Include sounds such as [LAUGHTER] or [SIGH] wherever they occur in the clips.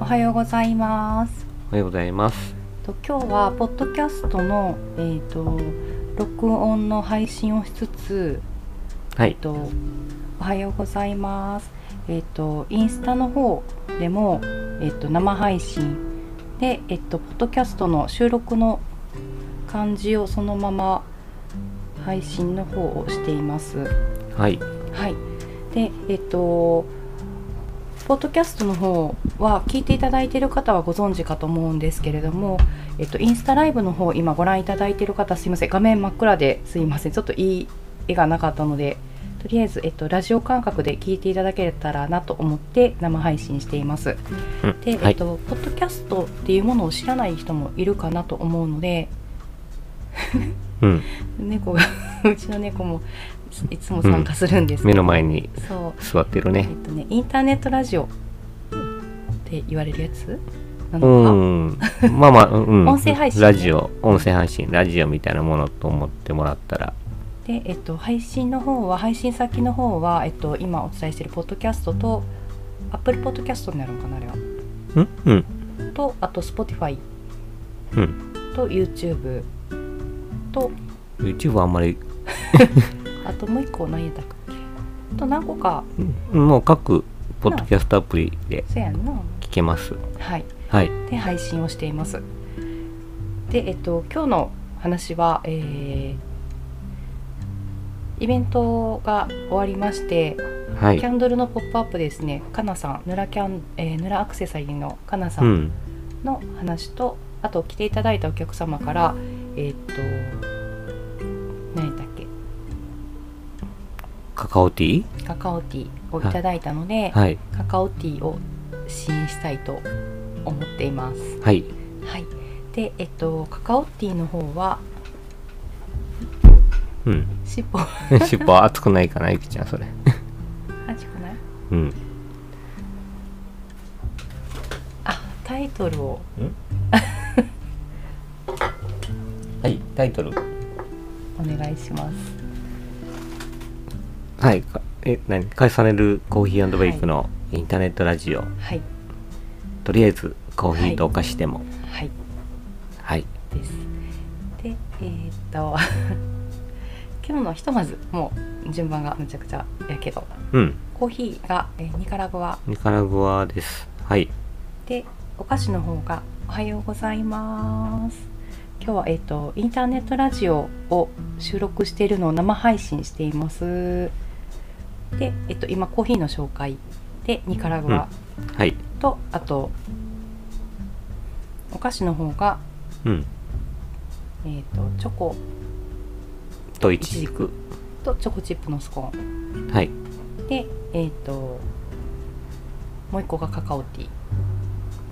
はようございます。おはようございます。と今日はポッドキャストのえーと録音の配信をしつつ、はいえー。とおはようございます。えっ、とインスタの方でもえっ、と生配信でえっ、とポッドキャストの収録の感じをそのまま配信の方をしています。はい。はい。で、えっと、ポッドキャストの方は聞いていただいている方はご存知かと思うんですけれども、えっと、インスタライブの方今ご覧いただいている方すいません画面真っ暗ですいませんちょっといい絵がなかったのでとりあえず、えっと、ラジオ感覚で聞いていただけたらなと思って生配信しています。うんで、はえっい。と、ポッドキャストっていうものを知らない人もいるかなと思うのでうん。猫が [LAUGHS] うちの猫もいつも参加するんですけど、目の前にそう座ってるえね。っとね、インターネットラジオって言われるやつなうのか、ん。まあまあ、うんうん。音声配信ラジオ、音声配信、ラジオみたいなものと思ってもらったら。で、えっと、配信の方は配信先の方は、えっと、今お伝えしているポッドキャストと Apple ポッドキャストになるのかなあれはうんうん。とあと Spotify うん。と YouTube と YouTube はあんまり、あともう一個何やったっけあと何個かうんもう各、ポッドキャストアプリでそうやんな聞けます。はいはい。で配信をしています。で、えっと、今日の話は、えーイベントが終わりまして、はキャい。ンドルのポップアップですね、かなさん、ぬらキャン、えー、ぬらアクセサリーのかなさうんん。の話と、あと来ていただいたお客様から、えーっと、何だっけ、カカオティカカオティーをいただいたので、ーはい。カカオティーを支援したいと思っています。はい。はい。で、えっと、カカオティーの方は、 [LAUGHS] うん。尻尾 [LAUGHS] 尻尾熱くないかな、ゆきちゃん、それ。味くないうん。あタイトルをはい。タイトル。お願いしますはい。かえ、何返されるコーヒーベイクのインターネットラジオ。はいとりあえずコーヒーとお菓子でもはいはい、ですでえーっと [LAUGHS] 今日のひとまずもう順番がむちゃくちゃやけどうんコーヒーが、えーニカラグアニカラグアですはいでお菓子の方がおはようございます今日はえーっとインターネットラジオを収録しているのを生配信していますでえっと今コーヒーの紹介でニカラグア、うんはいとあとお菓子の方が、うんえー、とチョコとイイチチジジククとチョコチップのスコーはいンでえっ、ともう一個がカカオティー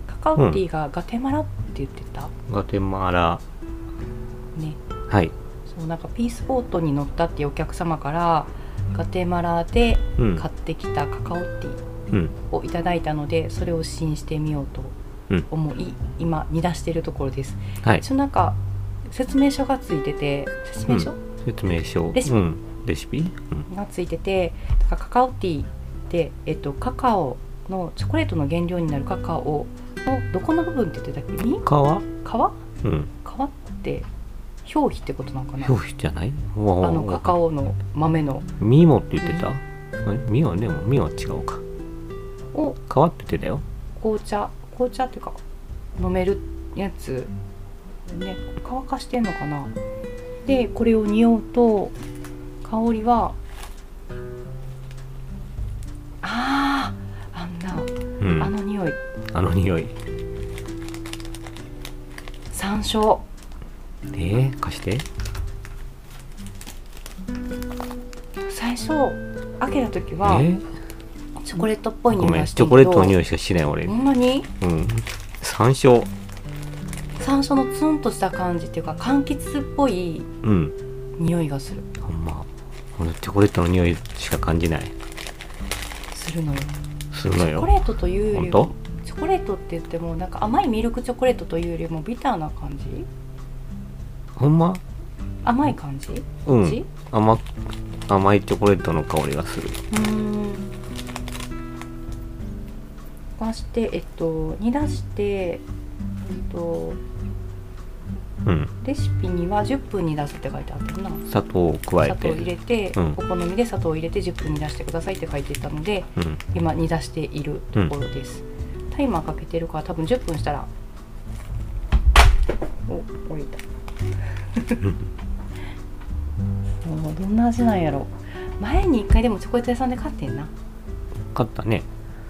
カカオティーがガテマラって言ってた、ガテマラねはいそうなんかピースボートに乗ったっていうお客様からガテマラでうん買ってきたカカオティーうんをいただいたのでそれを試飲してみようと思い、今煮出しているところですはい一応なんか説明書がついてて説明書、説明書レシピうん、レシピ、うん、がついててだからカカオティーで、えっと、カカオのチョコレートの原料になるカカオのどこの部分って言ってたっけ実皮皮うん皮って表皮ってことなのかな表皮じゃないああのカカオの豆のミモって言ってたあれミはでもミは違うかを皮って言ってたよ紅茶紅茶っていうか飲めるやつね乾かしてんのかなでこれを匂うと香りはあああんな、うんあの匂いあの匂い山椒えー、貸して最初開けた時えはー、チョコレートっぽいご匂いめんがチしてョコレートの匂いいしかしない俺うほんんまに山椒山椒のツンとした感じっていうか柑橘っぽいうん匂いがするほんま、俺チョコレートの匂いしか感じない。するのよするチのョコよ。レートというよりほんとチョコレートって言ってもなんか甘いミルクチョコレートというよりもビターな感じほんま甘い感じうこっちん。甘、甘いチョコレートの香りがする。うーんまして、えっと、煮出して、えっと、うん。レシピには10分煮出すって書いてあったな砂糖を加え砂糖て。を入れて、うんお好みで砂糖を入れて10分煮出してくださいって書いていたのでうん。今煮出しているところです、タイマーかけてるから多分10分したらお置いた [LAUGHS] もうどんな味なんやろ前に1回でもチョコレート屋さんで買ってんな買ったね。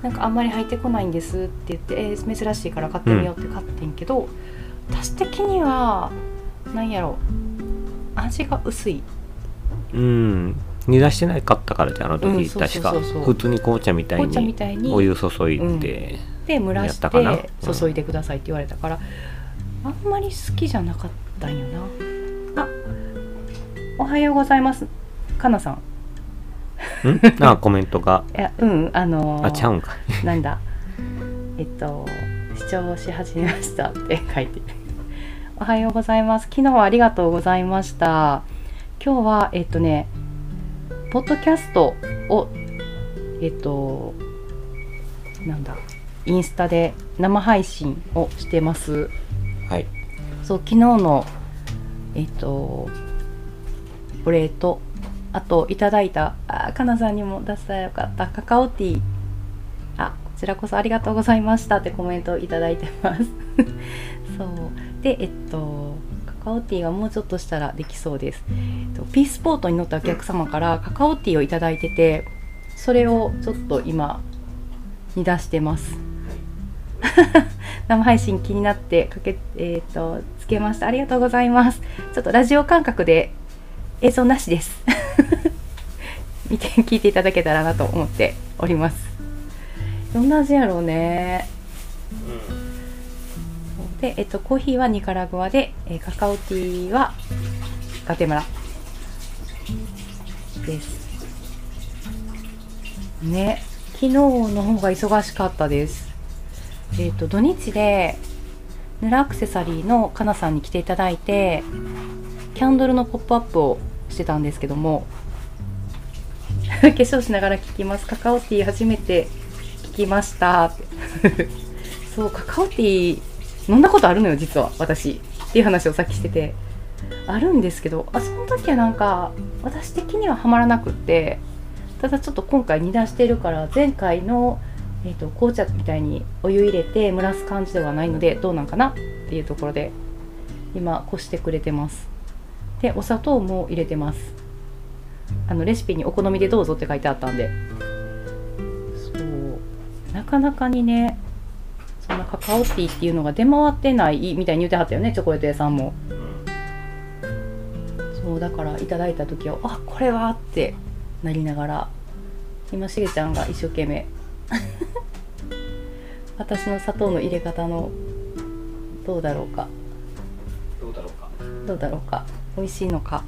なんかあんまり入ってこないんですって言って、えー珍しいから買ってみようって買ってんけど、私的にはなんやろ味が薄いうん。煮出してないかったからじゃあのうん時、そうそ確うかそうそう普通に紅茶みたい紅茶みにたいにお湯注いで、で蒸らしやったかなて注いでくださいって言われたから、あんまり好きじゃなかったんよなあおはようございますかなさんうん、あコメントがいやうんあのーあちゃうんか [LAUGHS] なんだえっと視聴し始めましたって書いておはようございます昨日はありがとうございました今日はえっとねポッドキャストをえっとなんだインスタで生配信をしてますはいそう昨日のえっとお礼とあといただいたあーかなさんにも出したらよかったカカオティーあこちらこそありがとうございましたってコメントをいただいてます [LAUGHS] そうでえっとカカオティーがもうちょっとしたらできそうです、えっと、ピースポートに乗ったお客様からカカオティーをいただいててそれをちょっと今煮出してます生配信気になってかけ、えー、とつけましたありがとうございますちょっとラジオ感覚で映像なしです [LAUGHS] 見て聞いていただけたらなと思っておりますどんな味やろうねで、えっと、コーヒーはニカラグアで、えーカカオティーはガテマラですね昨日の方が忙しかったですえっと土日でヌラアクセサリーのかなさんに来ていただいてキャンドルのポップアップをしてたんですけども [LAUGHS] 化粧しながら聞きますカカオティー初めて聞きました [LAUGHS] ってそうカカオティー飲んだことあるのよ実は私っていう話をさっきしててあるんですけどあその時はなんか私的にはハマらなくってただちょっと今回煮出してるから前回の、えー、と紅茶みたいにお湯入れて蒸らす感じではないのでどうなんかなっていうところで今こしてくれてますでお砂糖も入れてますあのレシピにお好みでどうぞって書いてあったんでそうなかなかにねそんなカカオティーっていうのが出回ってないみたいに言ってはったよねチョコレート屋さんもそうだからいただいた時はあこれはってなりながら今しげちゃんが一生懸命 [LAUGHS] 私の砂糖の入れ方のどうだろうかどうだろうかどうだろうか美味しいのか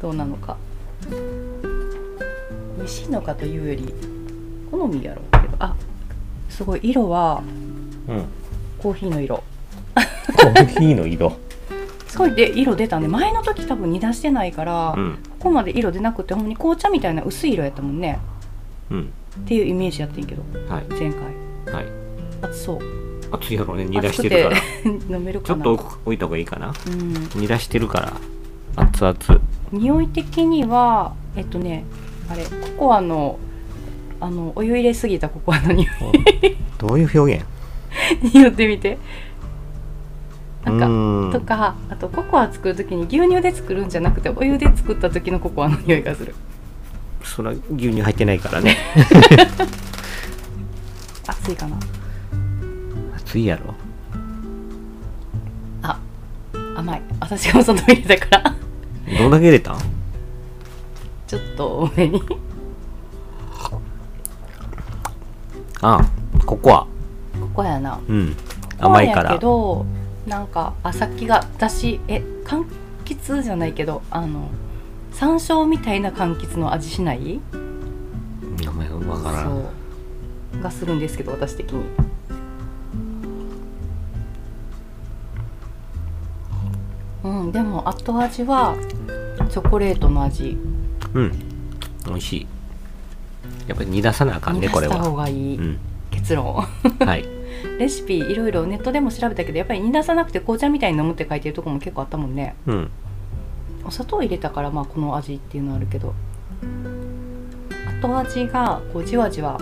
どうなのか美味しいのかというより好みやろうけどあすごい色はうんコーヒーの色コーヒーの色すごいで色出たね前の時多分煮出してないから、うんここまで色出なくてほんまに紅茶みたいな薄い色やったもんねうんっていうイメージやってんけどはい前回はい暑そう熱いやろね煮出してるから暑くて [LAUGHS] 飲めるちかょっなと置いた方がいいかなうん、煮出してるから熱々匂い的にはえっとねあれココアのあのお湯入れすぎたココアの匂い [LAUGHS] [LAUGHS] どういう表現匂ってみてなんかうんとかあとココア作る時に牛乳で作るんじゃなくてお湯で作った時のココアの匂いがするそら牛乳入ってないからね熱いかな [LAUGHS] 熱いやろあ甘い私がその入れたから [LAUGHS] どんだけ入れたんちょっと多めにああココアここやなうん甘いかコアやらけどなんかあさっきが私え柑橘じゃないけどあの山椒みたいな柑橘の味しない名前がわからんそうがするんですけど私的にうんでも後味はチョコレートの味うん美味しいやっぱり煮出さなあかんに出ねこれしたは方がいい、うんけ結論 [LAUGHS] はい。レシピいろいろネットでも調べたけどやっぱり煮出さなくて紅茶みたいに飲むって書いてるとこも結構あったもんねうん。お砂糖入れたからまあこの味っていうのはあるけど後味がこうじわじわ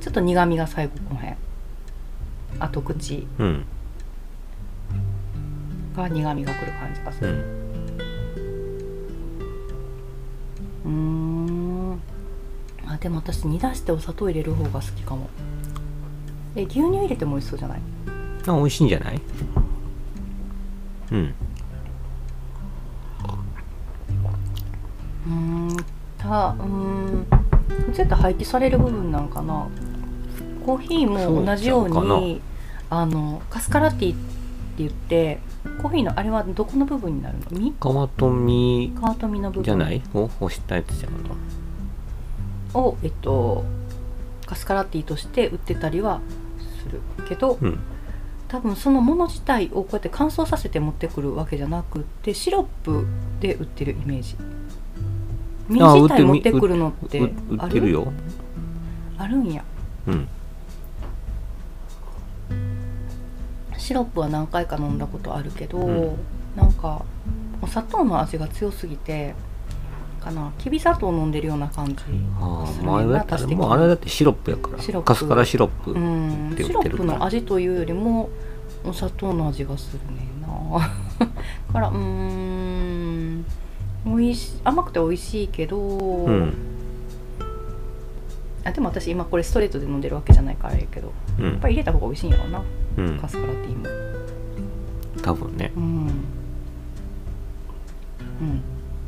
ちょっと苦みが最後この辺後口うん。が苦みがくる感じがすうるん。うーんあでも私煮出してお砂糖入れる方が好きかもで牛乳入れても美味しそうじゃないあ、美味しいんじゃないうん。うーんたうーん普通やったら廃棄される部分なんかなコーヒーも同じようそうちゃうにあのカスカラティって言ってコーヒーのあれはどこの部分になるの実川富皮と実の部分じゃないを干したやつじゃんの。を、えっと、カスカラティとして売ってたりはするけど、うん。多分そのもの自体をこうやって乾燥させて持ってくるわけじゃなくってシロップで売ってるイメージ実あ自売って体る持ってくるのってうあ売るってるよ。あるんやうん。シロップは何回か飲んだことあるけど、うんなんかお砂糖の味が強すぎてかなきび砂糖飲んでるような感じあそあ、れ前はやった私ら、的にもうあれだってシロップやかシロッら。プカスカラシロップ。うんってシ言ロってッるプからの味というよりもお砂糖の味がするねんな [LAUGHS] だからうーん美味し甘くて美味しいけど、うん。あでも私今これストレートで飲んでるわけじゃないからあれやけどやうっんぱ。り入れた方が美味しいんやろな、うんカ。スカラティーも多分ね。うん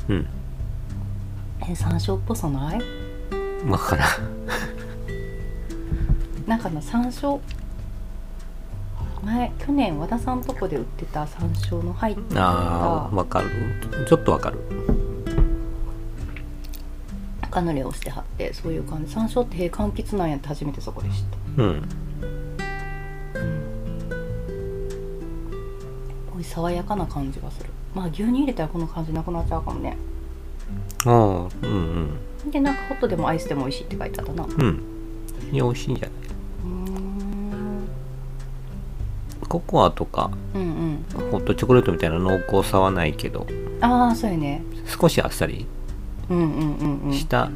うんうん。え山椒っぽさないわからん。なんかな山椒前去年和田さんとこで売ってた山椒の入ったああ、わかる。ちょっとわかる。赤塗りをしてはってそういう感じ山椒ってへえ柑橘なんやって初めてそこで知っうん。た、うん、こういう爽やかな感じがするまあ牛乳入れたらこの感じなくなっちゃうかもねああ、うんでなんかホットでもアイスでも美味しいって書いてあったなううん。うん。いや、美味しいんじゃないーんココアとか、うんホットチョコレートみたいな濃厚さはないけど、うんああそうやね少しあっさりうんうんうんうんした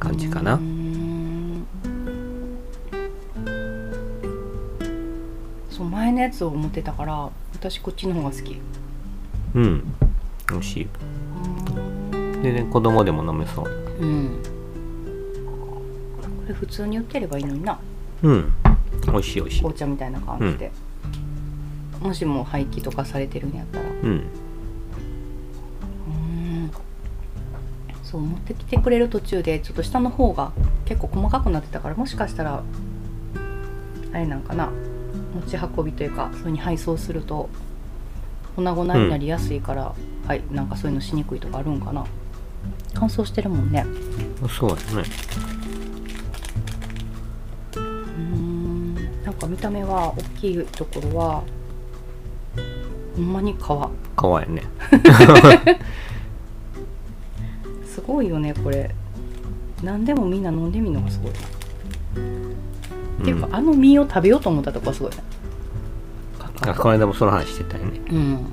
感じかうなー。んそう前のやつを持ってたから私こっちの方が好きうん。美味しい。でね、子供でも飲めそう。うんこれ普通に売ってればいいのになうん。美味しい美味しい。紅茶みたいな感じで、もしも廃棄とかされてるんやったらうん。うんそう持ってきてくれる途中でちょっと下の方が結構細かくなってたからもしかしたらあれなんかな持ち運びというかそれに配送すると粉々になりやすいから、はいなんかそういうのしにくいとかあるんかな乾燥してるもんねそうやね。うんなんか見た目は大きいところはほんまに皮かわいいね。すごいよねこれ何でもみんな飲んでみるのがすごいなっていうか、うんあの実を食べようと思ったとこはすごいねあこの間もその話してたよね。うん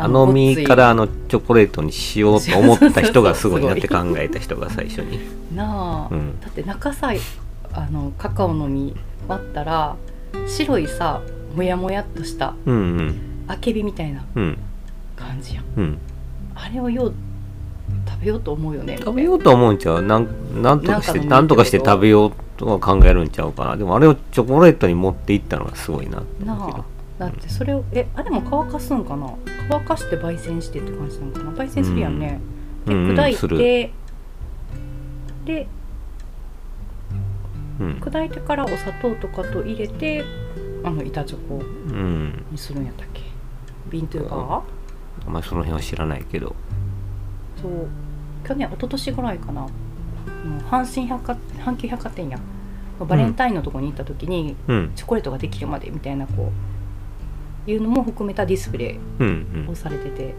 あの実かごっらあのチョコレートにしようと思った人がすごいなって考えた人が最初に。ついなあ、うんだって中さあのカカオの実割ったら白いさもやもやっとしたうんうん。あけびみたいなうん。感じやんうん。あれをよう食べようと思うよね食べようとは思うんちゃうなんなんとかしてなんとかして食べようとは考えるんちゃうかなでもあれをチョコレートに持っていったのがすごいなってな思うけあどだってそれをえあれも乾かすんかな乾かして焙煎してって感じなのかな焙煎するやんね、うんうんです砕いる、てでうん砕いてからお砂糖とかと入れてあの板チョコうん、にするんやったっけ瓶というかあんまりその辺は知らないけどそう去年一昨年ぐらいかなうん阪神百貨阪急百貨店やバレンタインのとこに行った時に、うんチョコレートができるまでみたいなこういうのも含めたディスプレイうんをされてて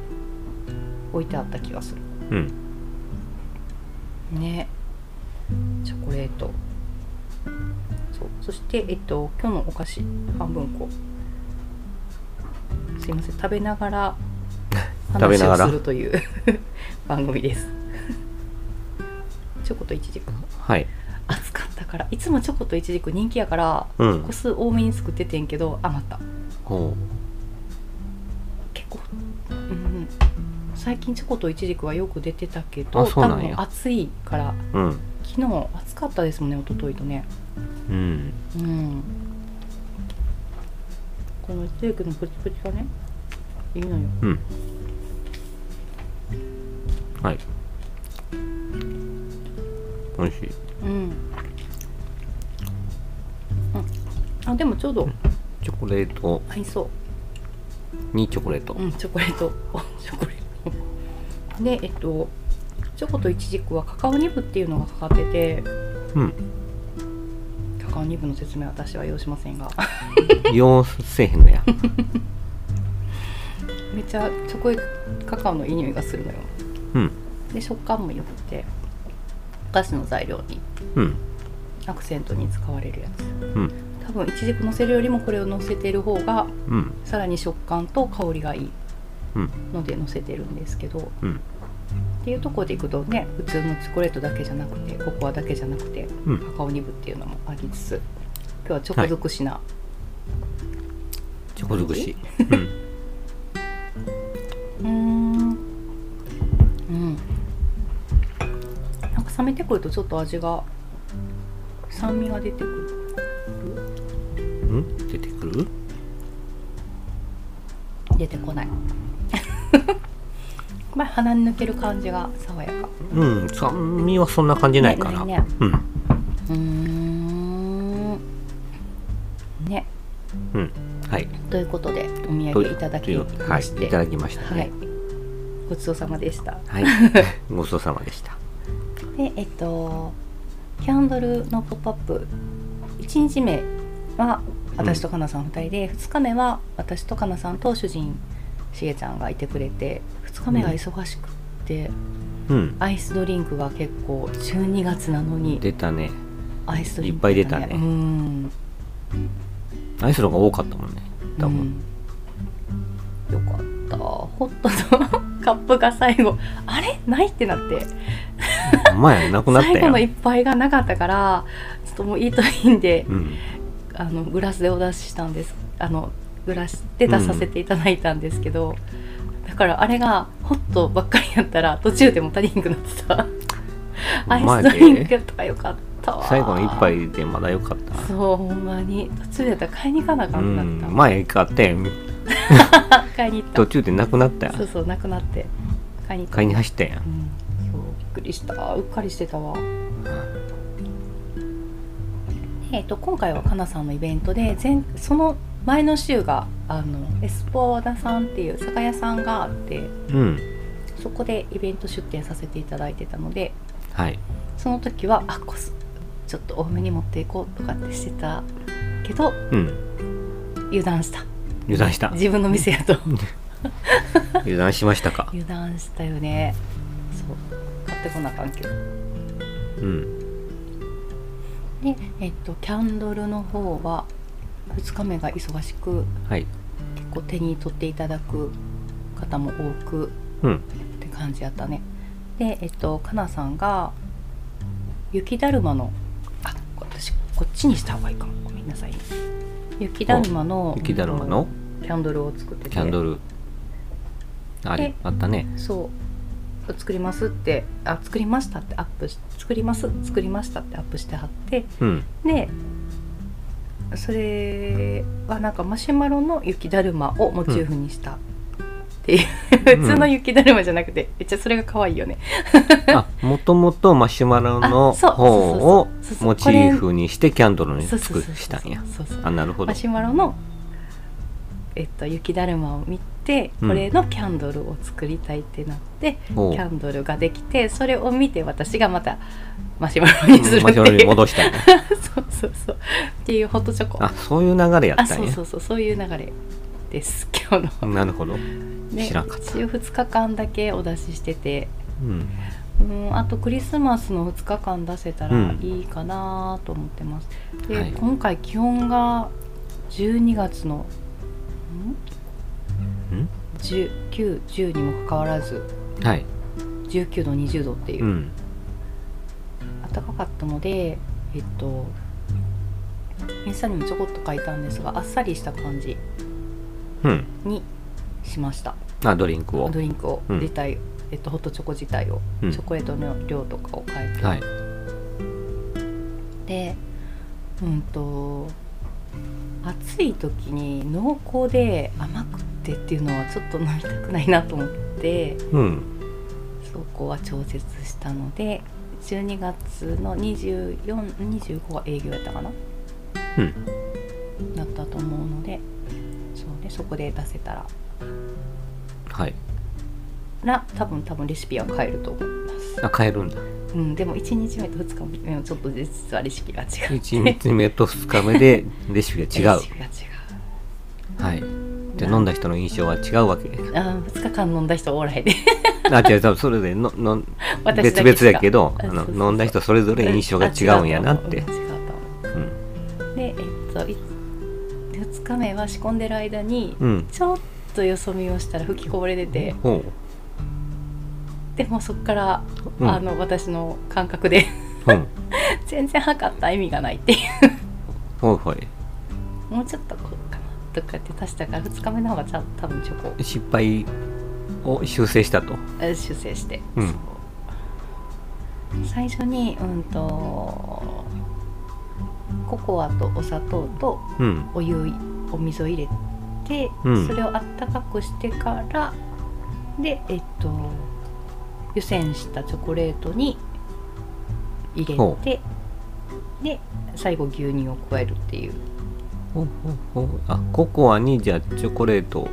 置いてあった気がするうんうんねチョコレートそして、えっと、今日のお菓子半分こすいません食べながら [LAUGHS] 食べ話ながをらするという [LAUGHS] 番組ですチョコとイチジクはい暑かったからいつもチョコとイチジク人気やからうん個数多めに作っててんけど余ったほ結構、うん、最近チョコとイチジクはよく出てたけどあそう多なんや分暑いからううん昨日暑かったですもんね一昨日とねうんうんこのイチジクのプチプチがねいいのようんはい美味しいうん、うん、あでもちょうどチョコレート合いそにチョコレートううんチョコレート [LAUGHS] チョコレートでえっとチョコとイチジクはカカオニブっていうのがかかっててうんカカオニブの説明は私は要しませんが [LAUGHS] 用せえへんのやめっちゃチョコカカオのいい匂いがするのようんで食感も良くてお菓子の材料にうんアクセントに使われるやつうん多分いちじくのせるよりもこれをのせてる方がうんさらに食感と香りがいいうんのでのせてるんですけどっうんていうところでいくとね普通のチョコレートだけじゃなくてココアだけじゃなくてうんカカオニブっていうのもありつつ今日はチョコ尽くしな、チョコ尽くし、うん、うーんうんなんか冷めてくるとちょっと味が酸味が出てく [LAUGHS] るうん出てくる出てこない [LAUGHS] まあ鼻に抜ける感じが爽やかうん酸味はそんな感じないから、ねないねうんうーんねうんはいということでお土産いただきましはい、ていただきましたはねい、ごちそうさまでしたはい、ごちそうさまでしたでえっとキャンドルのポップアップ1日目は私とかなさん2人で、2日目は私とかなさんと主人しげちゃんがいてくれて2日目が忙しくって、うんアイスドリンクが結構12月なのに出たねアイスドリンク、いっぱい出たねうんアイスの方が多かったもんね多分、うんよかったホットのカップが最後あれないってなってほんまやなくなった最後やんの一杯がなかったからちょっともうイートインで、うんあのグラスでお出ししたんですあのグラスで出させていただいたんですけど、だからあれがホットばっかりやったら途中でも足りんくなってたアイスドリンクとかよかったわ最後の一杯でまだ良かったそうほんまに途中でやったら買いに行かなあかうんくなってんた、前買ってん [LAUGHS] 買いに行った途中でなくなったやそうんそうなくなって買いに行った買いに走ったやんうんそうびっくりしたうっかりしてたわえっと今回はかなさんのイベントで前その前の週があのエスポーダさんっていう酒屋さんがあってうんそこでイベント出店させていただいてたのではいその時はあこすちょっと多めに持っていこうとかってしてたけどうん油断した油断した自分の店やと油断しましたか油断したよねそう買ってこなあかんけどうんで、えっと、キャンドルの方は2日目が忙しくはい結構手に取っていただく方も多くうんって感じやったねでえっとかなさんが雪だるまのあこ私こっちにした方がいいかもごめんなさい雪だるまの雪だるまのキャンドルを作っててキャンドルあれであったねそう作りますってあ作りましたってアップし作ります作りましたってアップしてはってうんでそれはなんかマシュマロの雪だるまをモチーフにしたっていう、うん普通の雪だるまじゃなくてめっちゃそれが可愛いよねあもともとマシュマロのあそう方をそうそうそうそうそうモチーフにしてキャンドルにそうつそうくそうしたんやそうそうあなるほどマシュマロの、えっと、雪だるまを見てうんこれのキャンドルを作りたいってなって、ほうキャンドルができてそれを見て私がまたマシュマロにするってマシュマロいにう戻したんや [LAUGHS] そうそうそうっていうホットチョコあそういう流れやあったそんうやそうそうそういう流れです今日の。なるほどで知らんかった一応2日間だけお出ししててうんうん、あとクリスマスの2日間出せたうらんいいかなと思ってます、で、はい今回気温が12月のん1910にもかかわらずはい19度20度っていううん暖かかったのでえっとインスタにもちょこっと書いたんですがあっさりした感じうんにしましたあドリンクをドリンクをうん自体、えっと、ホットチョコ自体を、うんチョコレートの量とかを変えて、はいでうんと暑い時に濃厚で甘くってっていうのはちょっと飲みたくないなと思ってうんそこは調節したので12月の2425は営業やったかなうんだったと思うのでそう、ね、そこで出せたらはいら多分多分レシピは変えると思います、あ買える [LAUGHS] んだうん、でも1日目と2日目はちょっと実はレシピが違う1日目と2日目でレシピが違レシピが違うはいでな飲んだ人の印象は違うわけうあ2日間飲んだ人おらへん [LAUGHS] であ違う多分それでのの私別だけしか々やけどあうんそうそうそうの飲んだ人それぞれ印象が違うんやなってあ違うと思ううん違うと思うんうでえっと2日目は仕込んでる間にうんちょっとよそ見をしたら吹きこぼれ出てほでもそっから、ううんあの私の感覚で [LAUGHS] うん全然測った意味がないっていほいほいうもうちょっとこうかなとかって足したから2日目の方がちゃ多分チョコ失敗を修正したとえ修正して、うんそう最初にうんとココアとお砂糖とうんお湯お水を入れて、うんそれをあったかくしてからでえっと湯煎したチョコレートに入れほてで最後牛乳を加えるっていうほうほうほうあココアにじゃあチョコレート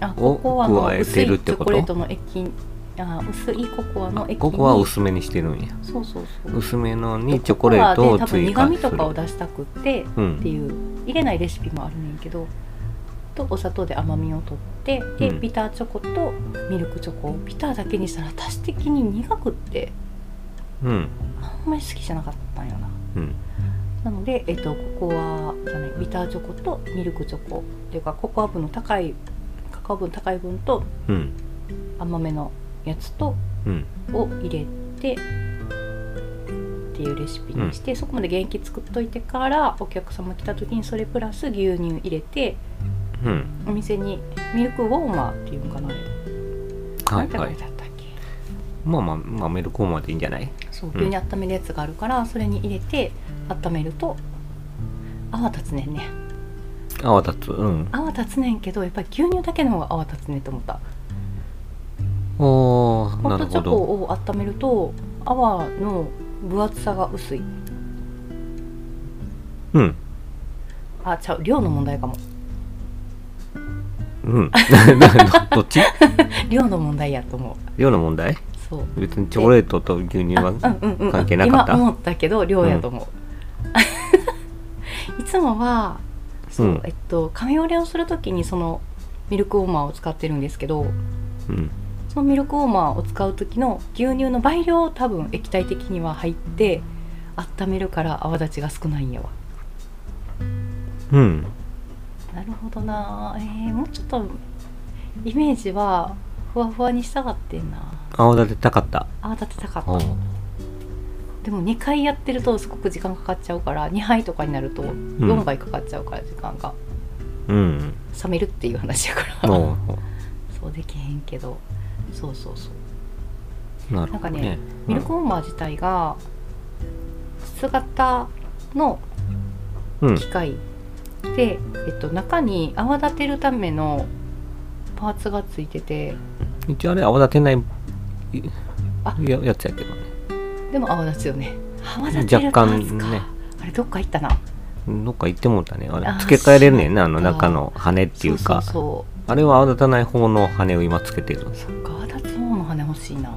あをココアの加え薄ていチるってョことコレートの液あ薄いココアの液にココアを薄めにしてるんやそうそうそう薄めのにチョコレートコをコアで多分追苦加味するとかを出したくってうってんいう入れないレシピもあるねんけどとお砂糖で甘みをとってでうんビターチョコとミルクチョコをビターだけにしたら私的に苦くってうんあんまり好きじゃなかったんよなうんなので、えっと、ココアじゃないビターチョコとミルクチョコっていうかココア分の高いカカオ分高い分とうん甘めのやつとうんを入れてっていうレシピにして、そこまで原液作っといてからお客様来た時にそれプラス牛乳入れてうんお店にミルクウォーマーっていうのかなあれ、はいなんはて書いいてあったっけまあまあ、まあ、メルコーマでいいんじゃないそううん牛乳温めるやつがあるから、それに入れて温めると泡立つねんね泡立つうん泡立つねんけどやっぱり牛乳だけの方が泡立つねんと思ったおーホなッるトチほョコどを温めると泡の分厚さが薄いうんあちゃう量の問題かも [LAUGHS] うん [LAUGHS] どどっち量の問題やと思う量の問題そう別にチョコレートと牛乳はあうんうんうん関係なかった今思ったけど量やと思 [LAUGHS] う、いつもはそう、うんえっと髪折れをするときにそのミルクウォーマーを使ってるんですけどうんそのミルクウォーマーを使う時の牛乳の倍量多分液体的には入って温めるから泡立ちが少ないんやわうんなるほどなえー、もうちょっとイメージはふわふわにしたがってんな泡立てたかった泡立てたかったおーでも2回やってるとすごく時間かかっちゃうから2杯とかになると4杯かかっちゃうから時間が、うん冷めるっていう話やから、おそうできへんけどそうそうそうーなるなんほかどねねミルクウォーマー自体が筒型のうん機械で、えっと、中に泡立てるためのパーツがついてて一応あれ泡立てないいあややつやけどねでも泡立つよね泡立てるパーツ若か、干ねあれどっか行ったなっどっか行ってもうたねあれあー付け替えれるねんなあのそうだ中の羽っていうかそうそうそうあれは泡立たない方の羽を今つけてるそっか泡立つ方の羽欲しいな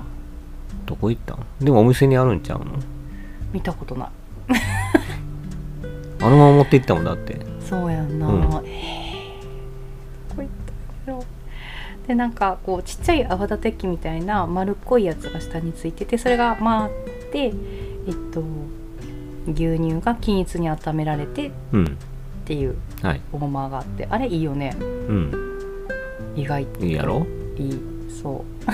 どこ行ったんでもお店にあるんちゃうの見たことないあのまま持って行ったもんだってそうやんな、うえーこういったやろでなんかこうちっちゃい泡立て器みたいな丸っこいやつが下についててそれが回って、えっと、牛乳が均一に温められてっうんていうはいフォーマーがあってあれいいよねうん意外といいやろいいそう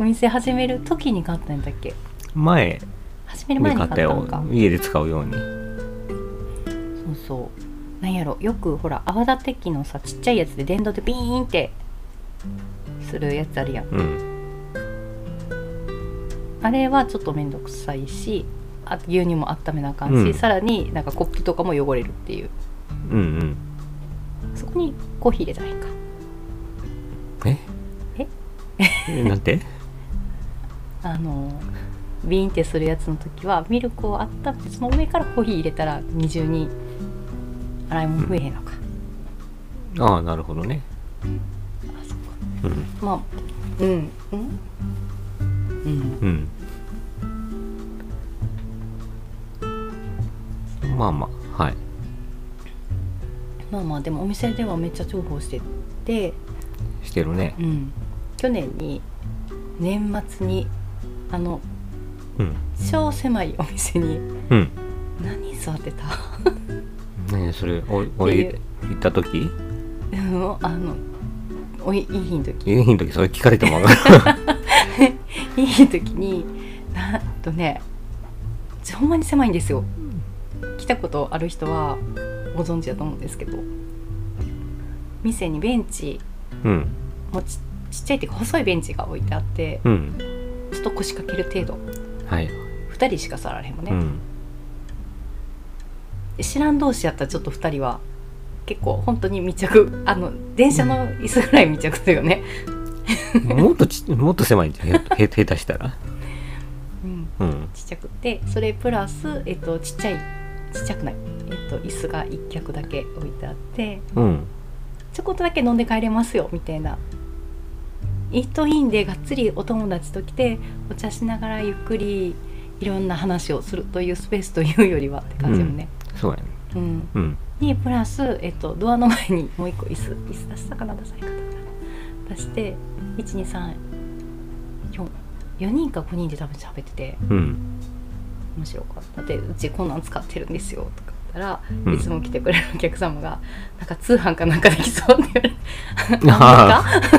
お店始める時に買ったんだっけ前始める前でに買買っったたのよか家で使うようにそうそうなんやろよくほら泡立て器のさちっちゃいやつで電動でビーンってするやつあるやんうんあれはちょっと面倒くさいしあと牛乳も温めなあかんし、うんさらになんかコップとかも汚れるっていううんそこにコーヒー入れたらいいんかうんえええなんて [LAUGHS] あのビーンってするやつの時はミルクを温めてその上からコーヒー入れたら二重に洗い物増えへんのか、ああなるほどねあそっかうんまあうんうんうんうんまあまあはいまあまあでもお店ではめっちゃ重宝しててしてるねうん去年に年末にあのうん超狭いお店にうん何座ってたねえそれおってい俺う行った時うんあのおいいい日の時家の時それ聞かれても分からんいい時になんとねほんまに狭いんですよ来たことある人はご存知だと思うんですけど店にベンチ [LAUGHS] うんもうちちっちゃいっていうか細いベンチが置いてあってうんちょっと腰掛ける程度はい、 2人しか座られへんもんねう、んで知らん同士やったらちょっと2人は結構本当に密着あの電車の椅子ぐらい密着するよね、もっとちもっと狭いんじゃんへへ下手したらうん、うんちっちゃくてそれプラス、えっと、ちっちゃいちっちゃくない、えっと、椅子が1脚だけ置いてあってうんちょこっとだけ飲んで帰れますよみたいなイートインでがっつりお友達と来てお茶しながらゆっくりいろんな話をするというスペースというよりはって感じよね。そうやねうんうんにプラス、えっと、ドアの前にもう一個椅子椅子出したかな出さないかな出して1234 4人か5人で多分喋っててうん面白かったでうちこんなん使ってるんですよとか言ったら、うんいつも来てくれるお客様がなんか通販かなんかできそうって言 [LAUGHS] わあれ [LAUGHS]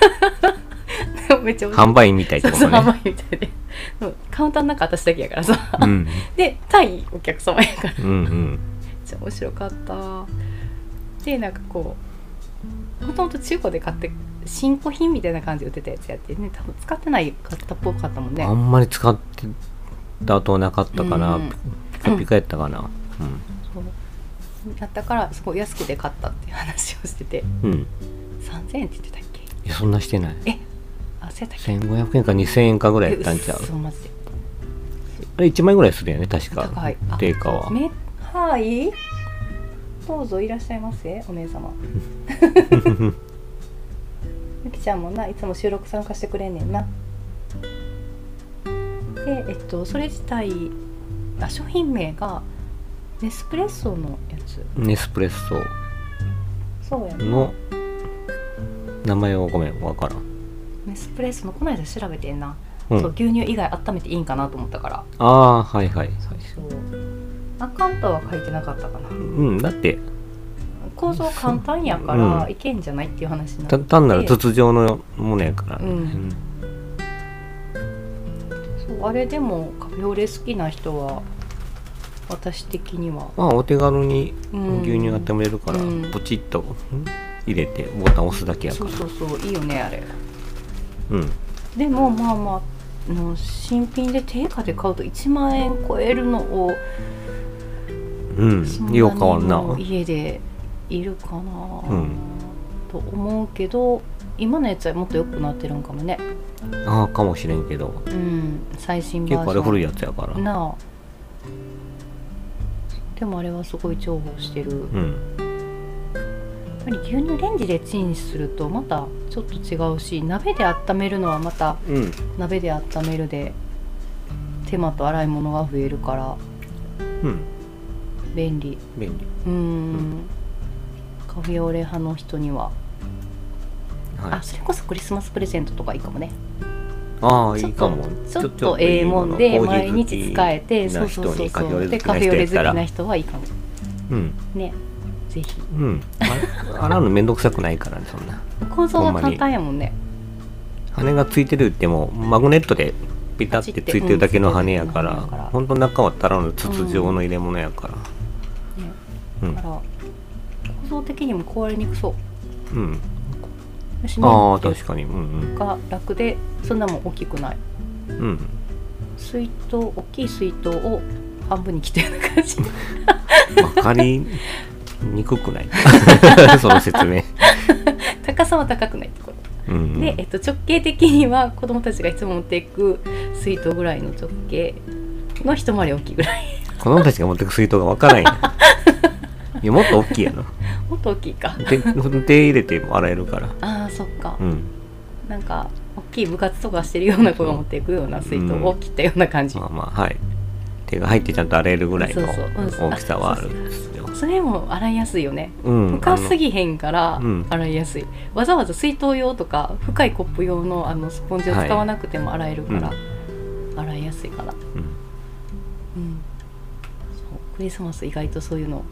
てめっちゃ面白い販売員みたいってそうこそうと販ね売みたいでそうカウンターの中私だけやからさ、 [LAUGHS] うんで対お客様やからめっうんうん [LAUGHS] ちゃ面白かったでなんかこうもともと中古で買って新古品みたいな感じで売ってたやつやってね多分使ってないかったっぽかったもんねあんまり使ってたとなかったかな、うんピカピカやったかなそうやったからすごい安くで買ったっていう話をしててうん、うん、 3000円って言ってたっけいやそんなしてないあそうやったっ1500円か2000円かぐらけいやったんちゃうそうマジであれ1万円ぐらいするよね確か高いあ定価はめはいどうぞいらっしゃいませお姉様ゆきちゃんもないつも収録参加してくれんねんなでえっとそれ自体あ商品名がネスプレッソのやつ [LAUGHS] ネスプレッソそうやなの名前はごめんわからん、ネスプレッソのこの間調べてんな、う、そうん牛乳以外温めていいんかなと思ったからああはいはいはいそうアカウントは書いてなかったかなうんだって構造簡単やからうんいけんじゃないっていう話になって、た単なる筒状のものやから、うんそうあれでもカフェオレ好きな人は私的にはまあお手軽にうん牛乳温めるから、うんポチッと入れてボタン押すだけやかそうらそうそういいよねあれうんでもまあまああの新品で定価で買うと1万円超えるのをそんうなんによう変わるなもう家でいるかな、うんと思うけど今のやつはもっと良くなってるんかもねああかもしれんけどうん最新結バージョン構あれ古いやつやからなあでもあれはすごい重宝してる、うやっんぱり牛乳レンジでチンするとまたちょっと違うし鍋で温めるのはまたうん鍋で温めるで手間と洗い物が増えるからうん便利便利うーんカフェオレ派の人にははい、あそれこそクリスマスプレゼントとかいいかもねああいちょっいとかもちょっとええもんで毎日使えてそそううそうそうカそフェオレう好できカなフェオ人レ好やっきたらな人はいいかもうんねぜひうんあ洗うの面倒くさくないからねそんな構造ほはんまに簡単やもんね羽がついてるってもマグネットでピタってついてるだけの羽やからうんついてるだけの羽やから本当中はただの筒状の入れ物やからねうだんから構造的にも壊れにくそううんだしあなあんていう確かにうんか楽でそんなもん大きくないうんうん水筒大きい水筒を半分に切ったような感じ分かりにくくない [LAUGHS] その説明高さは高くないってことうんうんで、えっと、直径的には子供たちがいつも持っていく水筒ぐらいの直径の一回り大きい [LAUGHS] ぐらい子供たちが持ってく水筒が分からんやんいやもっと大きいやなもっと大きいか手手入れても洗えるからあーそっか、うんなんか大きい部活とかしてるような子が持っていくような水筒を切ったような感じ、まあまあはい手が入ってちゃんと洗えるぐらいのそうそううん大きさはあるんですよそれも洗いやすいよねうん深すぎぎへんからうん洗いやすい、わざわざ水筒用とか深いコップ用のあのスポンジを使わなくても洗えるから、はい洗いやすいから、うん、そうクリスマス意外とそういうの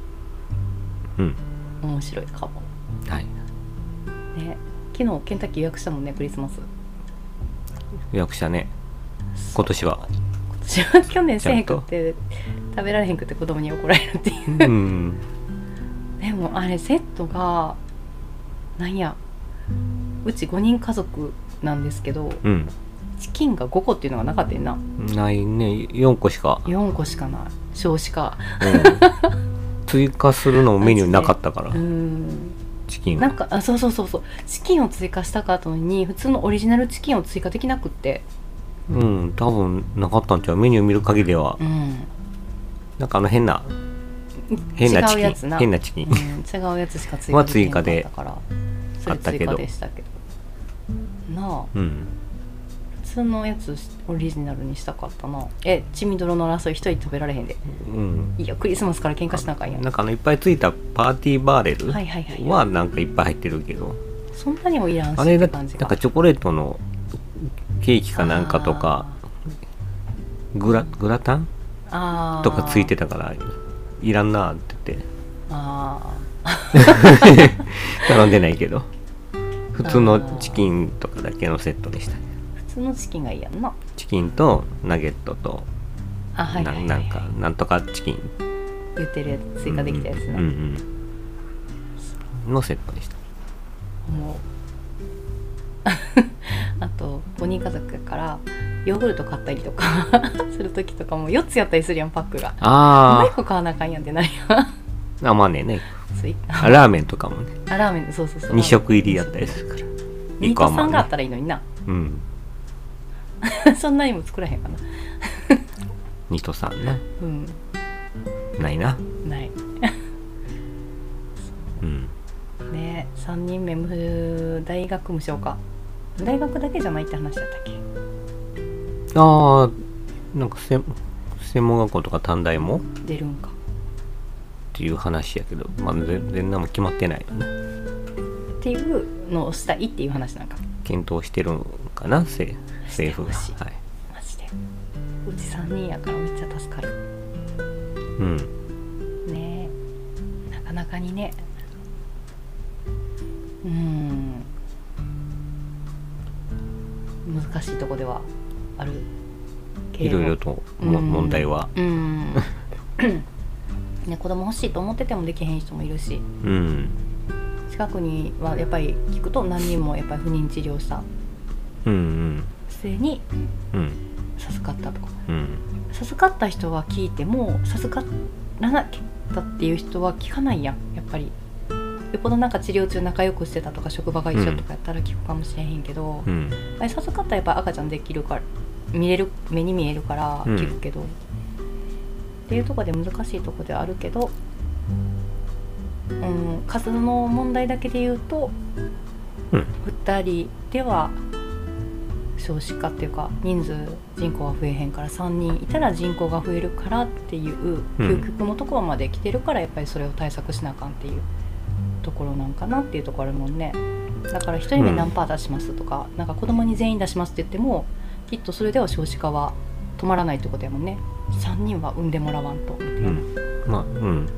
うん、面白いかもうん、はいね昨日ケンタッキー予約したもんねクリスマス予約したね今年は今年は [LAUGHS] 去年ちせえゃへんんくとって食べられへんくって子供に怒られるっていううんでもあれセットがなんやうち5人家族なんですけどうんチキンが5個っていうのがなかったよなないね4個しか、 4個しかない少子化うん、追加するのもメニューなかったからうんチキンなんかあそうそうそうそうチキンを追加したかったのに普通のオリジナルチキンを追加できなくってうん多分なかったんちゃうメニュー見る限りではうんなんかあの変な変なチ違うやつキンな変なチ [LAUGHS] キンうん、違うやつしか追は加で追きなか加っでたからそあっれたけ追ど加でしたけどなあうん普通のやつオリジナルにしたかったなえ血みどろの争い一人食べられへんでうんいやクリスマスから喧嘩しなあかんやんなんかあのいっぱいついたパーティーバーレルはいはいはいはなんかいっぱい入ってるけど、そんなにもいらんしあれってだってな感んじがかチョコレートのケーキかなんかとかグラグラタンあーとかついてたからいらんなって言ってあ [LAUGHS] 頼んでないけど普通のチキンとかだけのセットでしたー普通のチキンがいいやんなチキンとナゲットとあはいはい、なはい、なんかなんとかチキン言ってるやつ追加できたやつな、うんうん、のセットでしたもう [LAUGHS] あと5人家族やからヨーグルト買ったりとか [LAUGHS] する時とかも4つやったりするやんパックがもう1あ個買わなあかんやんってなるやーあまあねねんそういあラーメンとかもねあラーメンそうそうそう2食入りやったりするからミー一個ト余さるんがあったらいいのにな [LAUGHS] うんそんなにも作らへんかな2と3ねうんないなないうんね3人目無大学無償か大学だけじゃないって話だったっけああなんかせ専門学校とか短大もっ出るんかていう話やけどまあ全然何も決まってないよねっていうのをしたいっていう話なんか検討してるんかなせ政府がしてほしいはいマジでうち3人やからめっちゃ助かるうんねえなかなかにねうん難しいとこではあるけいれどろいろともうん問題はうんね子供欲しいと思っててもできへん人もいるしうん近くにはやっぱり聞くと何人もやっぱり不妊治療したうん末にうんうん授かったとかうん授かった人は聞いても授からなかったっていう人は聞かないやんやっぱりよっぽどなんか治療中仲良くしてたとか職場が一緒とかやったら聞くかもしれへんけど、うんあれ授かったらやっぱ赤ちゃんできるから見れる目に見えるからうん聞くけど、っていうとこで難しいとこではあるけど、うん、数の問題だけで言うと、うん2人では少子化っていうか人数人口が増えへんから3人いたら人口が増えるからっていう究極のところまで来てるからやっぱりそれを対策しなあかんっていうところなんかなっていうところあるもんね。だから1人目何パー出しますとか、なんか子供に全員出しますって言ってもきっとそれでは少子化は止まらないってことやもんね3人は産んでもらわんとみたいな。まあうん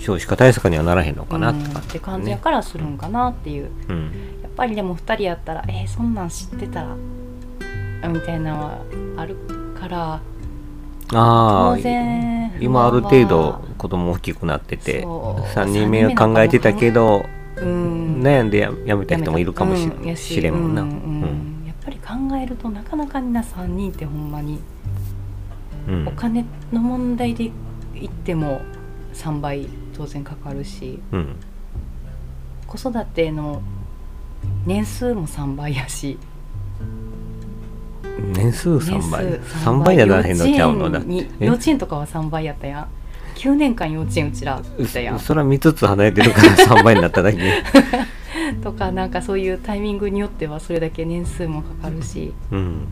少子化対策にはならへんのかなってうん感っじ、ねて感じやからするんかなっていう、うんやっぱりでも2人やったら「えー、そんなん知ってたら」みたいなのはあるからあ当あ然今ある程度子供大きくなっててそう3人目は考えてたけどうん悩んでややめた人もいるかもしうんやししれんもんなううんんうんやっぱり考えるとなかなかにな3人ってほんまにうんお金の問題で言っても3倍当然かかるしうん子育ての年数も3倍やし年数3倍年数3倍じゃならへんのちゃうのだっ幼稚園にえ幼稚園とかは3倍やったやん9年間幼稚園うちらいたやてそれは3つつ離れてるから3倍になっただけんとかなんかそういうタイミングによってはそれだけ年数もかかるしうん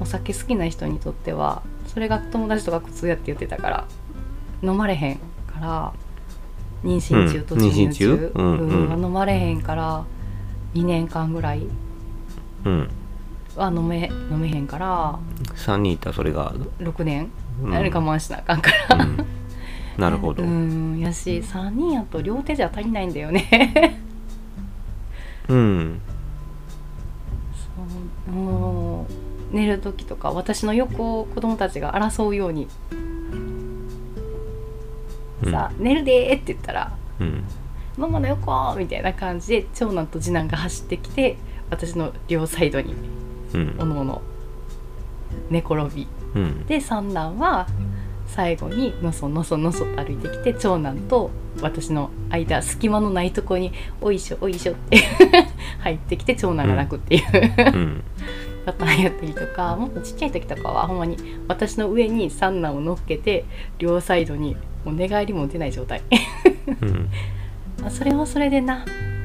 お酒好きな人にとってはそれが友達とか苦痛やって言ってたから飲まれへんから妊娠中うんと妊娠妊中娠中、ううんんうん飲まれへんから2年間ぐらいうんは飲め飲めへんから3人いたらそれが、 6年、うん何か我慢しなあかんから。うんなるほどううん、んやし3人やと両手じゃ足りないんだよね [LAUGHS] そうもう寝る時とか私の横を子供たちが争うように「うんさあ寝るで」って言ったらうん「ママの横!」みたいな感じで長男と次男が走ってきて私の両サイドにうんおのおの寝転びうんで三男は最後にのそのそのそと歩いてきて長男と私の間隙間のないとこに「おいしょおいしょ」って [LAUGHS] 入ってきて長男が泣くっていううんパターンやったりとかもっとちっちゃい時とかはほんまに私の上に三男を乗っけて両サイドにもう寝返りも出ない状態うんまあそれはそれでな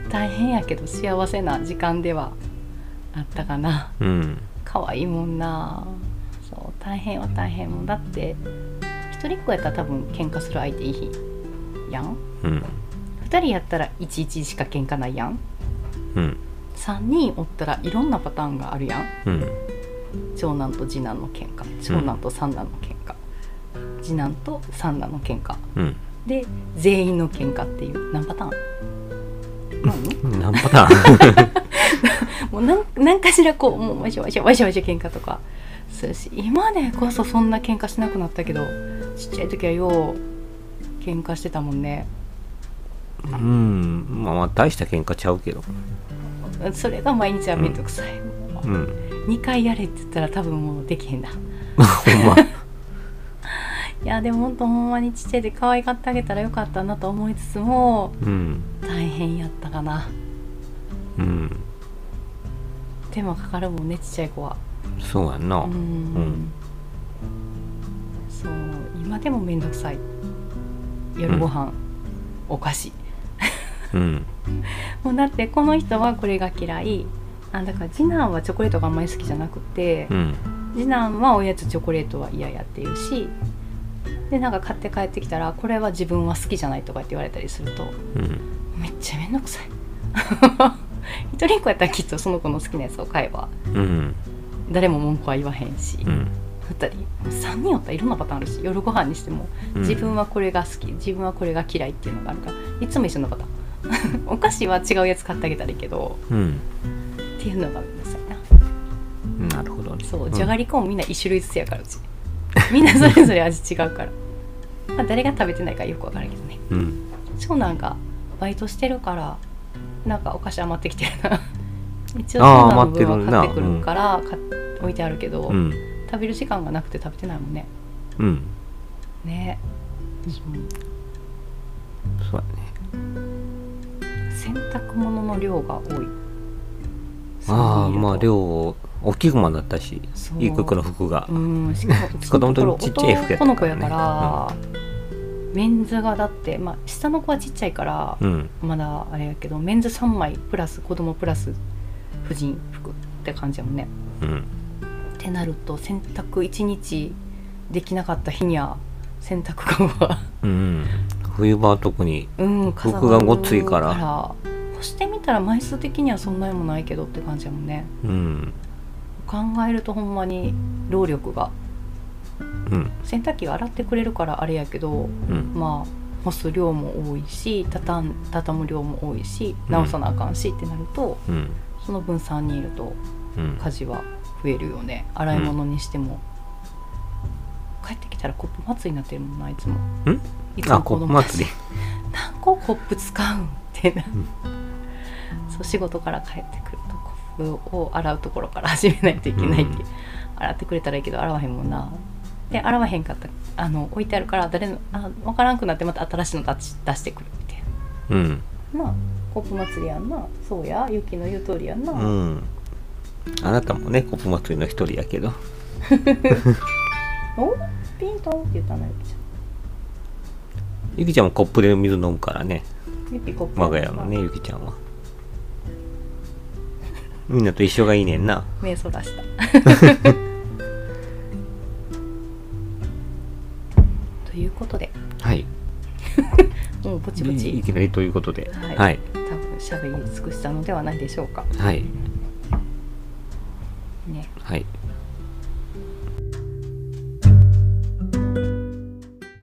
大変やけど幸せな時間ではあったかな。うん可愛いもんなそう大変は大変もんだって一人っ子やったら多分喧嘩する相手いいやんうん二人やったらいちいちしか喧嘩ないやんうん三人おったらいろんなパターンがあるやんうん長男と次男の喧嘩長男と三男の喧嘩、次男と三男の喧嘩うんで全員の喧嘩っていう何パターン何何パターンもうなんなんかしらこうもうわしゃわしゃわしゃわしゃ喧嘩とかするし今でこそそんな喧嘩しなくなったけどちっちゃい時はよう喧嘩してたもんねうんまあまあ大した喧嘩ちゃうけどそれが毎日はめんどくさい、もううん2回やれって言ったら多分もうできへんだほんまいやでもほんとほんまにちっちゃい時可愛がってあげたらよかったなと思いつつもうん大変やったかなうん手間かかるもんねちっちゃい子はそうやんなうんんそう今でもめんどくさい夜ご飯、お菓子うんもうだってこの人はこれが嫌いあだから次男はチョコレートがあんまり好きじゃなくて、うん次男はおやつチョコレートは嫌やっていうしでなんか買って帰ってきたらこれは自分は好きじゃないとかって言われたりするとうんめっちゃめんどくさい [LAUGHS] 一人っ子やったらきっとその子の好きなやつを買えばうん誰も文句は言わへんし、うん2人3人おったらいろんなパターンあるし夜ご飯にしてもうん自分はこれが好き自分はこれが嫌いっていうのがあるからいつも一緒のパターン [LAUGHS] お菓子は違うやつ買ってあげたらいいけどうんっていうのがめんどくさいななるほどねそううんじゃがりこもみんな一種類ずつやからうち [LAUGHS] みんなそれぞれ味違うからまあ誰が食べてないかよくわからんけどねうん長男がバイトしてるからなんかお菓子余ってきてるな [LAUGHS] 一応あー長男の分は買っ余っててくるなるから買っ置いてあるけど、うん食べる時間がなくて食べてないもんねうんねうんそうやね洗濯物の量が多いああまそう見るあと量大きくもなったしそういい服の服がうんしかも子供とちっちゃい服やったか男のらね子やから、メンズがだってまあ下の子はちっちゃいから、うんまだあれやけどメンズ3枚プラス子供プラス婦人服って感じやもんねうんってなると洗濯1日できなかった日には洗濯がうん冬場は特に [LAUGHS] うん服がごっついから干してみたら枚数的にはそんなにもないけどって感じやもんねうん考えるとほんまに労力がうん洗濯機が洗ってくれるからあれやけどうんまあ干す量も多いし畳ん畳む量も多いしうん直さなあかんしってなると、うんその分3人いるとうん家事は増えるよね洗い物にしても、帰ってきたらコップ祭りになってるもんないつもんいつあもコ子ップ供た祭ちり何個コップ使うんってな、んそう仕事から帰ってくるとコップを洗うところから始めないといけないって、うん洗ってくれたらいいけど洗わへんもんなで洗わへんかったあの置いてあるから誰のあ分からんくなってまた新しいの出し出してくるみたいな。うんまあ、コップ祭りやんなそうやゆきの言う通りやんな、うんあなたもねコップ祭りの一人やけどおピントンって言ったのゆきちゃんゆきちゃんもコップで水飲むからねゆきコップ我が家のねゆきちゃんはみんなと一緒がいいねんな目そらした。 [LAUGHS] ということで、はいもうぼちぼいちきなりということではいはい多分しゃべり尽くしたのではないでしょうか。はいね。はい